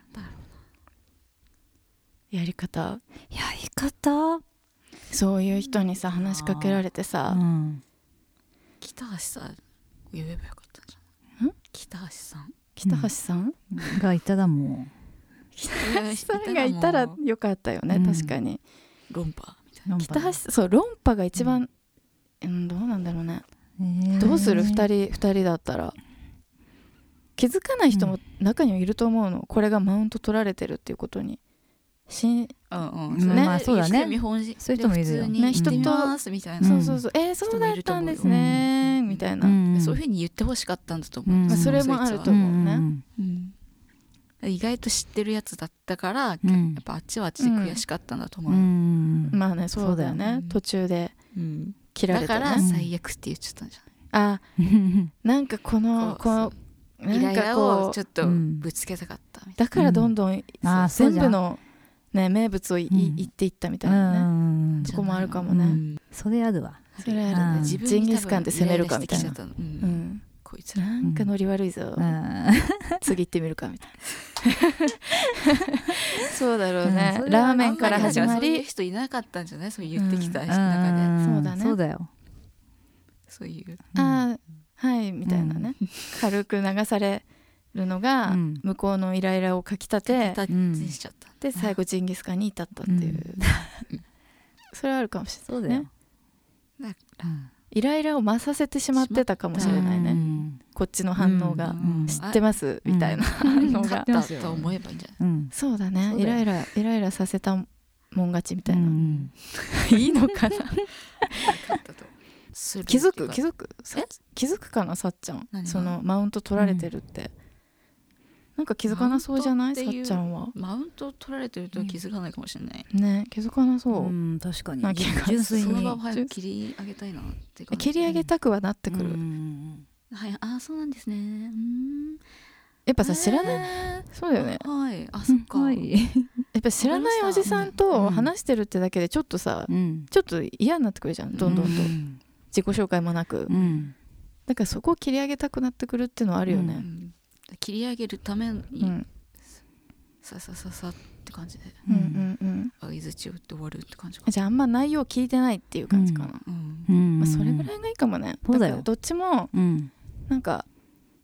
Speaker 2: り方
Speaker 3: やり方
Speaker 2: そういう人にさ話しかけられてさ、
Speaker 3: うん
Speaker 1: 北橋さん言えばよかったんじゃ
Speaker 2: ん
Speaker 1: ん北橋さん
Speaker 2: 北橋さん、
Speaker 3: がいたらも
Speaker 1: 北橋
Speaker 2: さんがいたらよかったよね、
Speaker 3: うん
Speaker 2: 確かに
Speaker 1: 論破みたいうな
Speaker 2: 北橋そう論破が一番、うん、どうなんだろうね
Speaker 3: えー
Speaker 2: どうする2人2人だったら気づかない人も中にはいると思うの、これがマウント取られれてるっていうことにしん、
Speaker 1: うん
Speaker 3: うん
Speaker 2: まあ
Speaker 3: そうだね
Speaker 1: 見本し
Speaker 3: そういう人もいるよ
Speaker 1: で普通に
Speaker 2: ね
Speaker 1: 行ってみますみたいな、
Speaker 2: そ
Speaker 3: ん
Speaker 2: うそうそうえー、そうだったんですねみたいな、
Speaker 3: うん
Speaker 1: そういうふうに言ってほしかったんだと思う、
Speaker 3: うん
Speaker 1: の
Speaker 3: それ
Speaker 2: もある
Speaker 1: そい
Speaker 2: と
Speaker 1: つは
Speaker 2: 思うね
Speaker 3: ん
Speaker 1: うん意外と知ってるやつだったから、や
Speaker 3: うん
Speaker 1: っぱあっちはあっちで悔しかったんだと
Speaker 3: う
Speaker 1: 思う、
Speaker 3: ん
Speaker 2: まあねそうだよ
Speaker 1: そうだ
Speaker 2: ね
Speaker 1: よね
Speaker 2: 途中で
Speaker 1: うん
Speaker 2: 切ら
Speaker 1: だ
Speaker 2: れて
Speaker 1: か
Speaker 2: ね
Speaker 1: ら
Speaker 3: うん
Speaker 1: 最悪って言っちゃったんじ
Speaker 2: あ
Speaker 3: <laughs> うん
Speaker 2: なんかこのこ
Speaker 1: こうゃな
Speaker 2: の
Speaker 1: い
Speaker 2: なん
Speaker 1: イライ
Speaker 2: か
Speaker 1: ラを
Speaker 2: こ
Speaker 1: ち
Speaker 2: う
Speaker 1: ょっとぶつけたかったみたい
Speaker 2: だからどんどん、
Speaker 3: あー
Speaker 2: そう
Speaker 3: そう
Speaker 2: 全
Speaker 3: じゃん
Speaker 2: 部の、ね、名物をい、
Speaker 3: うん
Speaker 2: 言っていったみた
Speaker 3: う
Speaker 2: いなね、
Speaker 3: ん
Speaker 1: な
Speaker 2: そこもあるかも
Speaker 1: う
Speaker 2: ね、
Speaker 1: ん
Speaker 3: それあるわ
Speaker 2: それあるね
Speaker 3: うん
Speaker 1: 自分に
Speaker 2: ジンギスカンで攻めるかみたいな
Speaker 1: 多分イライラしてきちゃったのう
Speaker 2: う
Speaker 1: んんこいつら
Speaker 2: なんかノリ悪いぞ、
Speaker 3: うん
Speaker 2: 次行ってみるかみたい
Speaker 3: <laughs>
Speaker 2: なそうだろう
Speaker 3: うん
Speaker 2: ね、
Speaker 3: それは
Speaker 2: ラーメンから始ま
Speaker 1: そういう
Speaker 2: り
Speaker 1: 人いなかったんじゃないそう言ってきた
Speaker 3: う
Speaker 1: 人
Speaker 3: ん
Speaker 1: の中で
Speaker 2: そうだね
Speaker 3: そうだよ
Speaker 1: そういう
Speaker 2: ああはいみたいなね、軽く流されるのが、
Speaker 3: うん
Speaker 2: 向こうのイライラをかきたて
Speaker 1: 立ちしちゃった
Speaker 2: で最後ジンギスカンに至ったっていう、 <laughs> それはあるかもしれない
Speaker 3: そうだよ
Speaker 2: ね
Speaker 1: だか
Speaker 2: イライラを増させてしまってたかもしれないね、
Speaker 3: うん
Speaker 2: こっちの反応が、
Speaker 3: うん
Speaker 2: 知ってます、みたいな
Speaker 3: うん
Speaker 2: の
Speaker 1: 勝
Speaker 2: が
Speaker 1: っ、たと思えばいいんじゃない
Speaker 3: うん
Speaker 2: そうだね
Speaker 3: そう
Speaker 2: イ
Speaker 3: だよ
Speaker 2: ライライライラさせたもん勝ちみたいな、
Speaker 3: うん
Speaker 2: いいの
Speaker 1: <laughs>
Speaker 2: かな
Speaker 1: 勝ったとする
Speaker 2: 気づく気づくさ
Speaker 1: え
Speaker 2: 気づくかなさっちゃん
Speaker 1: 何が
Speaker 2: そのマウント取られてるって、なんか気づかなそうじゃな
Speaker 1: マ
Speaker 2: いさ
Speaker 1: ウントってい
Speaker 2: っ
Speaker 1: う
Speaker 2: ちゃんは
Speaker 1: マウントを取られてると気づかないかもしれない
Speaker 2: ね気づかなそう、
Speaker 3: うん確かに
Speaker 2: なんか
Speaker 3: 純粋
Speaker 1: その
Speaker 3: に
Speaker 1: 場を早く切り上げたいなって感じ
Speaker 2: 切り上げたくはなってくる、
Speaker 3: うん
Speaker 1: はいああそうなんですねうーん
Speaker 2: やっぱさ知らない、
Speaker 1: い
Speaker 2: そうだよね
Speaker 1: はいあそっか、
Speaker 3: はい。
Speaker 2: やっぱ知らないおじさんと話してるってだけでちょっとさ、
Speaker 3: うん。
Speaker 2: ちょっと嫌になってくるじゃんどんどんと、
Speaker 3: う
Speaker 2: 自己紹介もなく、
Speaker 3: うん。
Speaker 2: だからそこを切り上げたくなってくるっていうのはあるよ
Speaker 1: う
Speaker 2: ね、
Speaker 1: ん切り上げるために、
Speaker 2: うんうん、
Speaker 1: ささささって感じで
Speaker 2: うんうんうん
Speaker 1: 相づち打って終わるって感じか
Speaker 2: じゃああんま内容聞いてないっていう感じかな、
Speaker 1: うん
Speaker 3: う
Speaker 2: ま
Speaker 3: ん。
Speaker 2: あ、それぐらいがいいかもね
Speaker 3: そうだよ
Speaker 2: からどっちも
Speaker 3: うん。
Speaker 2: なんか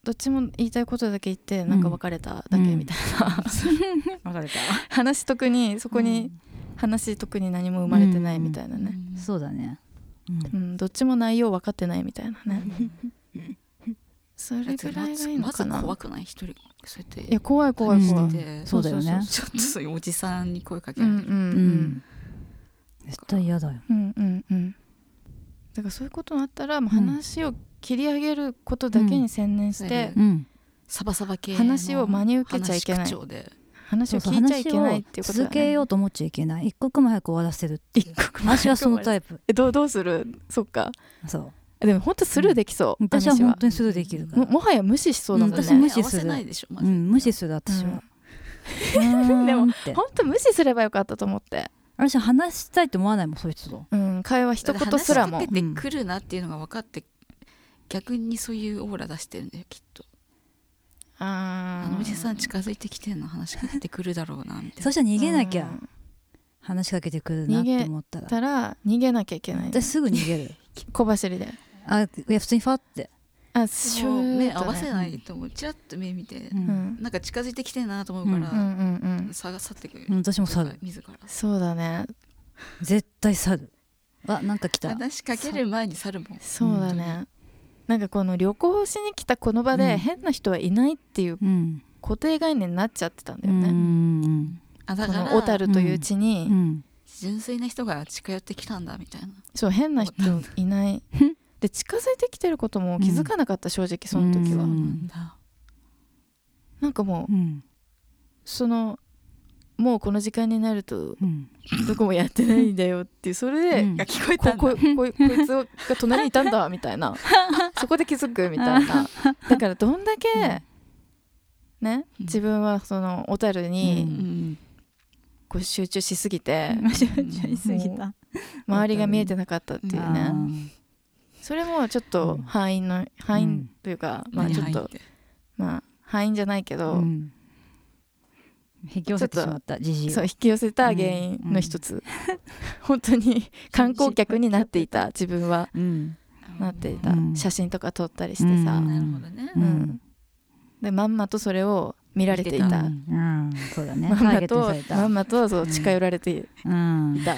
Speaker 2: どっちも言いたいことだけ言ってなんか別れただけみたいな、
Speaker 3: わかれた。
Speaker 2: 話特にそこに話特に何も生まれてないみたいなね、
Speaker 1: うん
Speaker 3: そうだね。
Speaker 2: うんどっちも内容分かってないみたいなねそれぐらいがいいの
Speaker 1: まず
Speaker 2: かな、
Speaker 1: 怖くない一人そうやって
Speaker 2: いや怖い怖い怖い、
Speaker 3: うん
Speaker 1: で
Speaker 3: そうだよね
Speaker 1: ちょっとそういうおじさんに声かけ
Speaker 2: う
Speaker 1: ら
Speaker 2: ん
Speaker 1: れ
Speaker 2: う
Speaker 1: る、
Speaker 3: うんん。絶対嫌だよ。
Speaker 2: うんうんうんうんだからそういうことがあったらもう話を切り上げることだけに専念して、
Speaker 3: うん。
Speaker 1: サバサバ系の
Speaker 2: 話を真に受けちゃいけない
Speaker 1: 話し口調で
Speaker 2: 話を聞いちゃいけないっていうことだ、ね、
Speaker 3: 続けようと思っちゃいけない。一刻も早く終わらせるっていう。私はそのタイプ。
Speaker 2: えどうどうするそっか
Speaker 3: そう。
Speaker 2: でも本当スルーできそう、
Speaker 3: 私は本当にすぐできるから
Speaker 2: も。もはや無視しそうだもんね、
Speaker 3: 私無視す
Speaker 1: 合
Speaker 3: る
Speaker 1: わせないでしょマ
Speaker 3: う
Speaker 1: ジで、
Speaker 3: ん、無視する私は。
Speaker 2: でも
Speaker 3: うーんって
Speaker 2: 本当無視すればよかったと思って、
Speaker 3: 私話したいって思わないもんそういう人と。
Speaker 2: うん、会話一言すらも
Speaker 1: 話しかけてくるなっていうのが分かって、逆にそういうオーラ出してるんだよきっとあ
Speaker 2: あ
Speaker 1: のおじさん近づいてきてんの話しかけてくるだろうなみたい
Speaker 3: そ
Speaker 1: な
Speaker 3: したら逃げなきゃ、
Speaker 2: うん
Speaker 3: 話しかけてくるなって思ったら
Speaker 2: たら逃げなきゃいけない
Speaker 3: 私すぐ逃げる
Speaker 2: 小走りで
Speaker 3: あいや普通にファって、
Speaker 2: あシュ
Speaker 1: もう
Speaker 2: ー
Speaker 1: 目
Speaker 2: ッ
Speaker 1: 合
Speaker 2: と
Speaker 1: わ
Speaker 2: ね
Speaker 1: せないと思うちらっと目見て
Speaker 3: う、
Speaker 2: うんん
Speaker 1: なんか近づいてきてんなと思うから、
Speaker 2: うんうん
Speaker 1: さが去ってくる、
Speaker 3: うん私も去る
Speaker 1: 自ら
Speaker 2: そうだね
Speaker 3: 絶対去るあなんか来た
Speaker 1: 話しかける前に去るもん
Speaker 2: そうだねなんかこの旅行しに来たこの
Speaker 3: う
Speaker 2: 場で
Speaker 3: ん
Speaker 2: 変な人はいないっていう
Speaker 3: うん
Speaker 2: 固定概念になっちゃってたんだ
Speaker 3: う
Speaker 2: よね、
Speaker 3: ん
Speaker 1: あだ
Speaker 2: こ
Speaker 1: から
Speaker 2: の小樽という地に、
Speaker 3: うん
Speaker 1: 純粋な人が近寄ってきたんだみたいな
Speaker 2: そう変な人いない
Speaker 3: うん
Speaker 2: で近づいてきてることも気づかなかった、正直その時は、
Speaker 3: うん
Speaker 1: だ
Speaker 2: なんかもう
Speaker 3: うん
Speaker 2: そのもうこの時間になると
Speaker 3: <laughs> うん
Speaker 2: どこもやってないんだよっていうそれで、
Speaker 3: うん
Speaker 1: が聞こえ
Speaker 2: こ
Speaker 1: たんだ
Speaker 2: ここいこいつが隣にいた
Speaker 3: <laughs>
Speaker 2: んだみたいなそこで気づくみたいなだからどんだけ、ね
Speaker 1: うん
Speaker 2: 自分はその小樽
Speaker 1: う
Speaker 2: に
Speaker 1: ん
Speaker 2: こう集中しすぎて、
Speaker 3: やりすぎた
Speaker 2: 周りが見えてなかったっていう
Speaker 3: あ
Speaker 2: ね、
Speaker 3: ー
Speaker 2: それもちょっと敗因の敗因というか、まあ
Speaker 1: 何
Speaker 2: ちょっと、
Speaker 1: 入て
Speaker 2: まあ敗因じゃないけど、
Speaker 3: うん引き寄せてしまったじじい
Speaker 2: そう引き寄せた原因の一つ、 <laughs> 本当に観光客になっていた自分は
Speaker 3: うん
Speaker 2: なっていた、
Speaker 3: うん
Speaker 2: 写真とか撮ったりしてさ、
Speaker 3: うん
Speaker 1: なるほどね
Speaker 2: うん
Speaker 3: うん
Speaker 2: でまんまとそれを見られていた
Speaker 1: 見て
Speaker 3: うんうんそうだね
Speaker 2: まん
Speaker 3: ターゲット
Speaker 2: ま
Speaker 3: に
Speaker 2: と
Speaker 3: された
Speaker 2: まんまとそう近寄られてい
Speaker 3: うん
Speaker 2: た、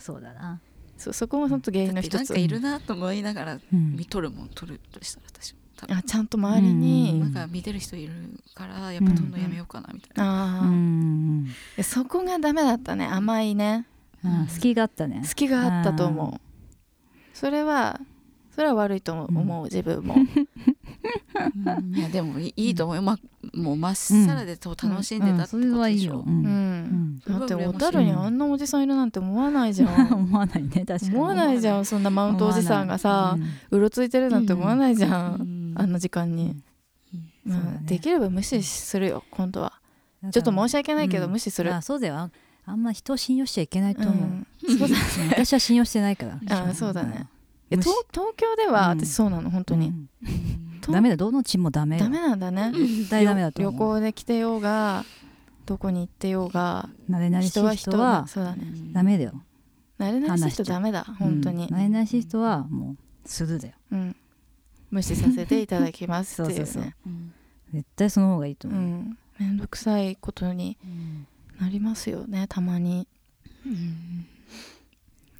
Speaker 3: そうだな
Speaker 2: そうそこも本当原因の
Speaker 1: だって
Speaker 2: 一
Speaker 1: なん
Speaker 2: つ
Speaker 1: かいるなと思いながら
Speaker 3: うん
Speaker 1: 見とるもん撮るとしたら私も多分
Speaker 2: あちゃんと周りに、
Speaker 3: うん
Speaker 1: なんか見てる人いるからやっぱどんどんやめようかなみたいな、
Speaker 2: あ
Speaker 3: う
Speaker 2: あ、い
Speaker 3: ん
Speaker 2: やそこがダメだったね甘いね
Speaker 3: うん隙があったね
Speaker 2: 隙があったと思う、それはそれは悪いと思う、自分も
Speaker 1: うんいやでもいいいいと思うよ、ま、もうまっさらでと楽しんでたって
Speaker 3: そ
Speaker 1: こ
Speaker 3: れ
Speaker 1: と
Speaker 3: はい
Speaker 1: で
Speaker 3: い
Speaker 1: しょ、
Speaker 3: よ。
Speaker 2: うん、
Speaker 3: うん
Speaker 2: だって
Speaker 1: うわ羨ましい
Speaker 2: 小樽にあんなおじさんいるなんて思わないじゃん
Speaker 3: 思わない <laughs> ね確かに。
Speaker 2: <laughs> 思わないじゃんそんなマウントおじさんがさ、うろついてるなんて思わないじゃん、あんな時間に、
Speaker 3: うん
Speaker 2: まあ
Speaker 3: そうだね
Speaker 2: できれば無視するよ今度はちょっと申し訳ないけど無視する、
Speaker 3: あそうだよ。あんま人を信用しちゃいけないと
Speaker 2: う
Speaker 3: 思う。
Speaker 2: んそうだね
Speaker 3: 私は信用してないから。
Speaker 2: <laughs> あそうだね。
Speaker 3: うん
Speaker 2: 東東京では
Speaker 3: うん
Speaker 2: 私そうなの本当に、。と
Speaker 3: ダメだどのチームもダメよ。
Speaker 2: ダメなんだね
Speaker 3: 絶対ダメだと
Speaker 2: 旅
Speaker 3: 思う。
Speaker 2: 行で来てようがどこに行ってようが
Speaker 3: 慣れ慣れし
Speaker 2: 人はい人
Speaker 3: 人は
Speaker 2: そうだね
Speaker 3: ダメだよ。
Speaker 2: 慣れ慣れしい人
Speaker 3: 話しちゃ
Speaker 2: ダメだ本当に
Speaker 3: うん慣れ慣れしい人はもうするだよ。
Speaker 2: うん、無視させていただきますっていうね
Speaker 3: そうそうそう
Speaker 1: うん
Speaker 3: 絶対その方がいいと
Speaker 2: う
Speaker 3: 思う。
Speaker 2: ん面倒くさいことになりますよねたまに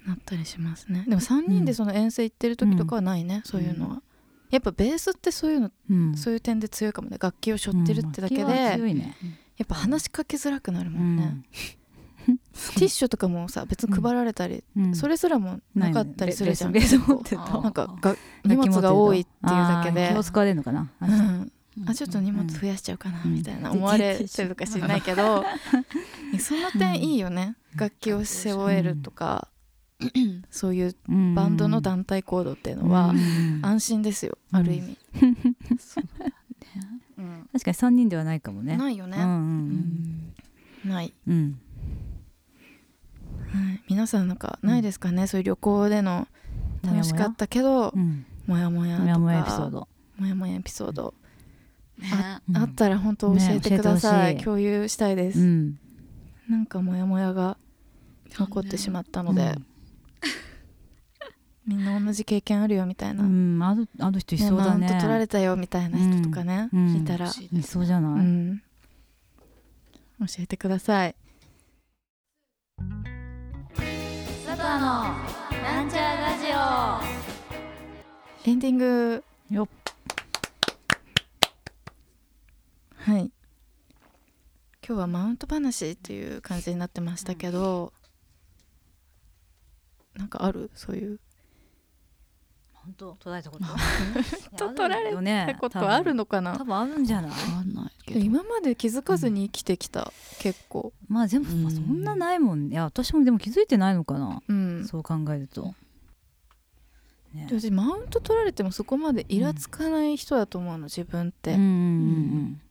Speaker 2: なったりしますねでも3人でその遠征行ってる時とかはないね、そういうのはやっぱベースってそういうの、
Speaker 3: うん
Speaker 2: そういう点で強いかもね楽器を背負ってるってだけで、
Speaker 3: うん気は強
Speaker 2: や
Speaker 3: いね。
Speaker 2: っぱ話しかけづらくなる
Speaker 3: う
Speaker 2: もんね、
Speaker 3: ん
Speaker 2: ティッシュとかもさ別に配られたり、
Speaker 3: うん
Speaker 2: それすらもなかったりするじゃん、
Speaker 3: ないよね別別持って
Speaker 1: た
Speaker 2: なんかが荷物が多いっていうだけで
Speaker 3: あー気を使われるのかな。
Speaker 2: うんあちょっと荷物増やしちゃうかな
Speaker 3: うん
Speaker 2: みたいな
Speaker 3: うん
Speaker 2: 思われてるとか知らないけど <laughs> その点いいよね楽器を背負えるとかそういうバンドの団体行動っていうのは
Speaker 3: うん
Speaker 2: 安心ですよ
Speaker 3: うん
Speaker 2: ある意味
Speaker 1: そうだね
Speaker 2: ううん
Speaker 3: 確かに三人ではないかもね。
Speaker 2: ないよね、
Speaker 3: うんうん
Speaker 2: ない、
Speaker 3: うんうん。
Speaker 2: はい、皆さんなんかないですかね、そういう旅行での楽しかったけど
Speaker 3: うん。
Speaker 2: モヤモヤと
Speaker 3: も
Speaker 2: か
Speaker 3: やもやエピソード。
Speaker 2: モヤモヤエピソード、
Speaker 1: ね
Speaker 3: うん
Speaker 2: あったら本当教えてください,、
Speaker 3: ね教えてほしい
Speaker 2: 共有したいです、
Speaker 3: うん。
Speaker 2: なんかモヤモヤが残ってしまったので、みんな同じ経験あるよみたいな、
Speaker 3: う
Speaker 2: ね
Speaker 3: ん、あのあの人いそう
Speaker 2: マ
Speaker 3: だ
Speaker 2: ウン
Speaker 3: ね。
Speaker 2: ト取られたよみたいな人とかね、
Speaker 3: うん
Speaker 2: いたら、
Speaker 1: うん
Speaker 3: いそうじゃ
Speaker 2: う
Speaker 3: ない。
Speaker 2: ん、教えてください
Speaker 3: 佐藤のなんちゃラジ
Speaker 2: エンディング
Speaker 3: オ。よっ。
Speaker 2: はい今日はマウント話という感じになってましたけど、なんかあるそういう
Speaker 3: 本当取られたこと。
Speaker 2: <laughs> と取られ
Speaker 3: た
Speaker 2: ことあるのかな
Speaker 3: 多分あるんじゃない。
Speaker 1: わかんないけど
Speaker 2: 今まで気づかずに生きてきた、結構
Speaker 3: まあ全部、まあ
Speaker 1: うん
Speaker 3: そんなないもんね。いや私もでも気づいてないのかな。
Speaker 2: うん
Speaker 3: そう考えると。ね。
Speaker 2: 私マウント取られてもそこまでイラつかない人だと思うの自分って、
Speaker 3: うんうん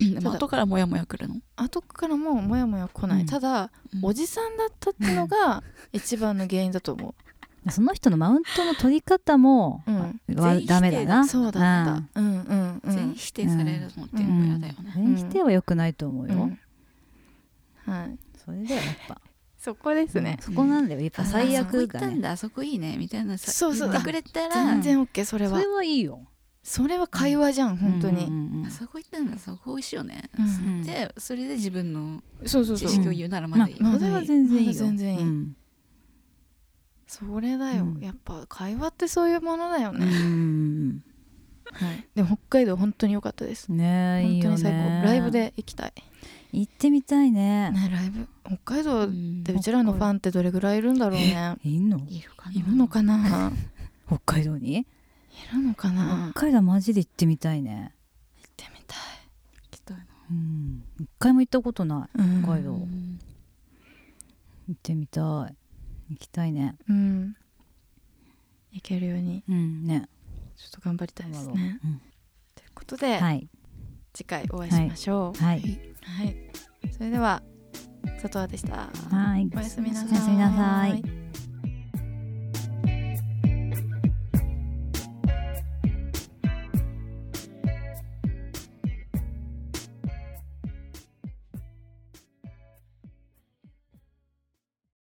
Speaker 1: でも後からモヤモヤくるの
Speaker 2: 後からもモヤモヤ来ない、
Speaker 3: うん
Speaker 2: ただ、
Speaker 1: うん
Speaker 2: おじさんだったってのが一番の原因だと <laughs> 思
Speaker 3: うん。その人のマウントの取り方も
Speaker 2: う、うん、
Speaker 3: わ
Speaker 1: 全否定
Speaker 3: ダメだな。
Speaker 2: そうだった、うん、うんうん
Speaker 1: 全否定されるのっていうのも嫌だよね
Speaker 3: うん。否定は良くないと思う
Speaker 2: う
Speaker 3: よ
Speaker 2: ん。はい
Speaker 3: それではやっぱ。
Speaker 2: そこですね、
Speaker 3: そこなんだよ。やっぱ最
Speaker 1: あそこ行
Speaker 3: 悪
Speaker 1: っ
Speaker 3: だ
Speaker 1: たん
Speaker 3: ね。
Speaker 1: だあそこいいねみたいなさ
Speaker 2: そうそう
Speaker 1: 言ってくれたら
Speaker 2: 全然 OK それ
Speaker 3: そ
Speaker 2: は
Speaker 3: れはいいよ。
Speaker 2: それは会話じゃん本当に、
Speaker 3: うんうんうん
Speaker 1: あそこ行ったんだそこ美味しいよね
Speaker 2: うん
Speaker 1: でそれで自分の
Speaker 2: そうそう
Speaker 1: 知
Speaker 2: そう
Speaker 1: 識を言うならまだいい
Speaker 2: ま
Speaker 3: それは全然いいよ。
Speaker 2: まだ全然いい
Speaker 3: うん
Speaker 2: それだよ、
Speaker 3: うん
Speaker 2: やっぱ会話ってそういうものだよ
Speaker 3: うんう
Speaker 2: ね、
Speaker 3: ん
Speaker 2: はい、でも北海道本当に良かったです
Speaker 3: うん。ねえいい
Speaker 2: 本当
Speaker 3: よ
Speaker 2: に最高
Speaker 3: ね。
Speaker 2: ライブ。で行きたい
Speaker 3: 行ってみたいね。
Speaker 2: ねライブ北海道
Speaker 1: うん
Speaker 2: でうちらのファンってどれぐらいいるんだろうね
Speaker 3: いんの？
Speaker 1: いるかない
Speaker 2: るのかな
Speaker 3: 北海道に？
Speaker 2: <laughs> いるのかな行っ
Speaker 3: 北海道マジで行ってみたいね。
Speaker 2: てみたい
Speaker 1: きっと
Speaker 3: うん。一回も行ったことない。
Speaker 2: うん
Speaker 3: 北海道
Speaker 1: うん
Speaker 3: 行ってみたい。行きたいね。
Speaker 2: うん行けるように
Speaker 3: うんね。
Speaker 2: ちょっと頑張りたいですね
Speaker 3: うん
Speaker 2: ということで、
Speaker 3: はい
Speaker 2: 次回お会いしましょ
Speaker 3: はい
Speaker 2: うはい、それでは佐藤でした
Speaker 3: はい。
Speaker 2: おやすみなさい
Speaker 3: おやすみなさい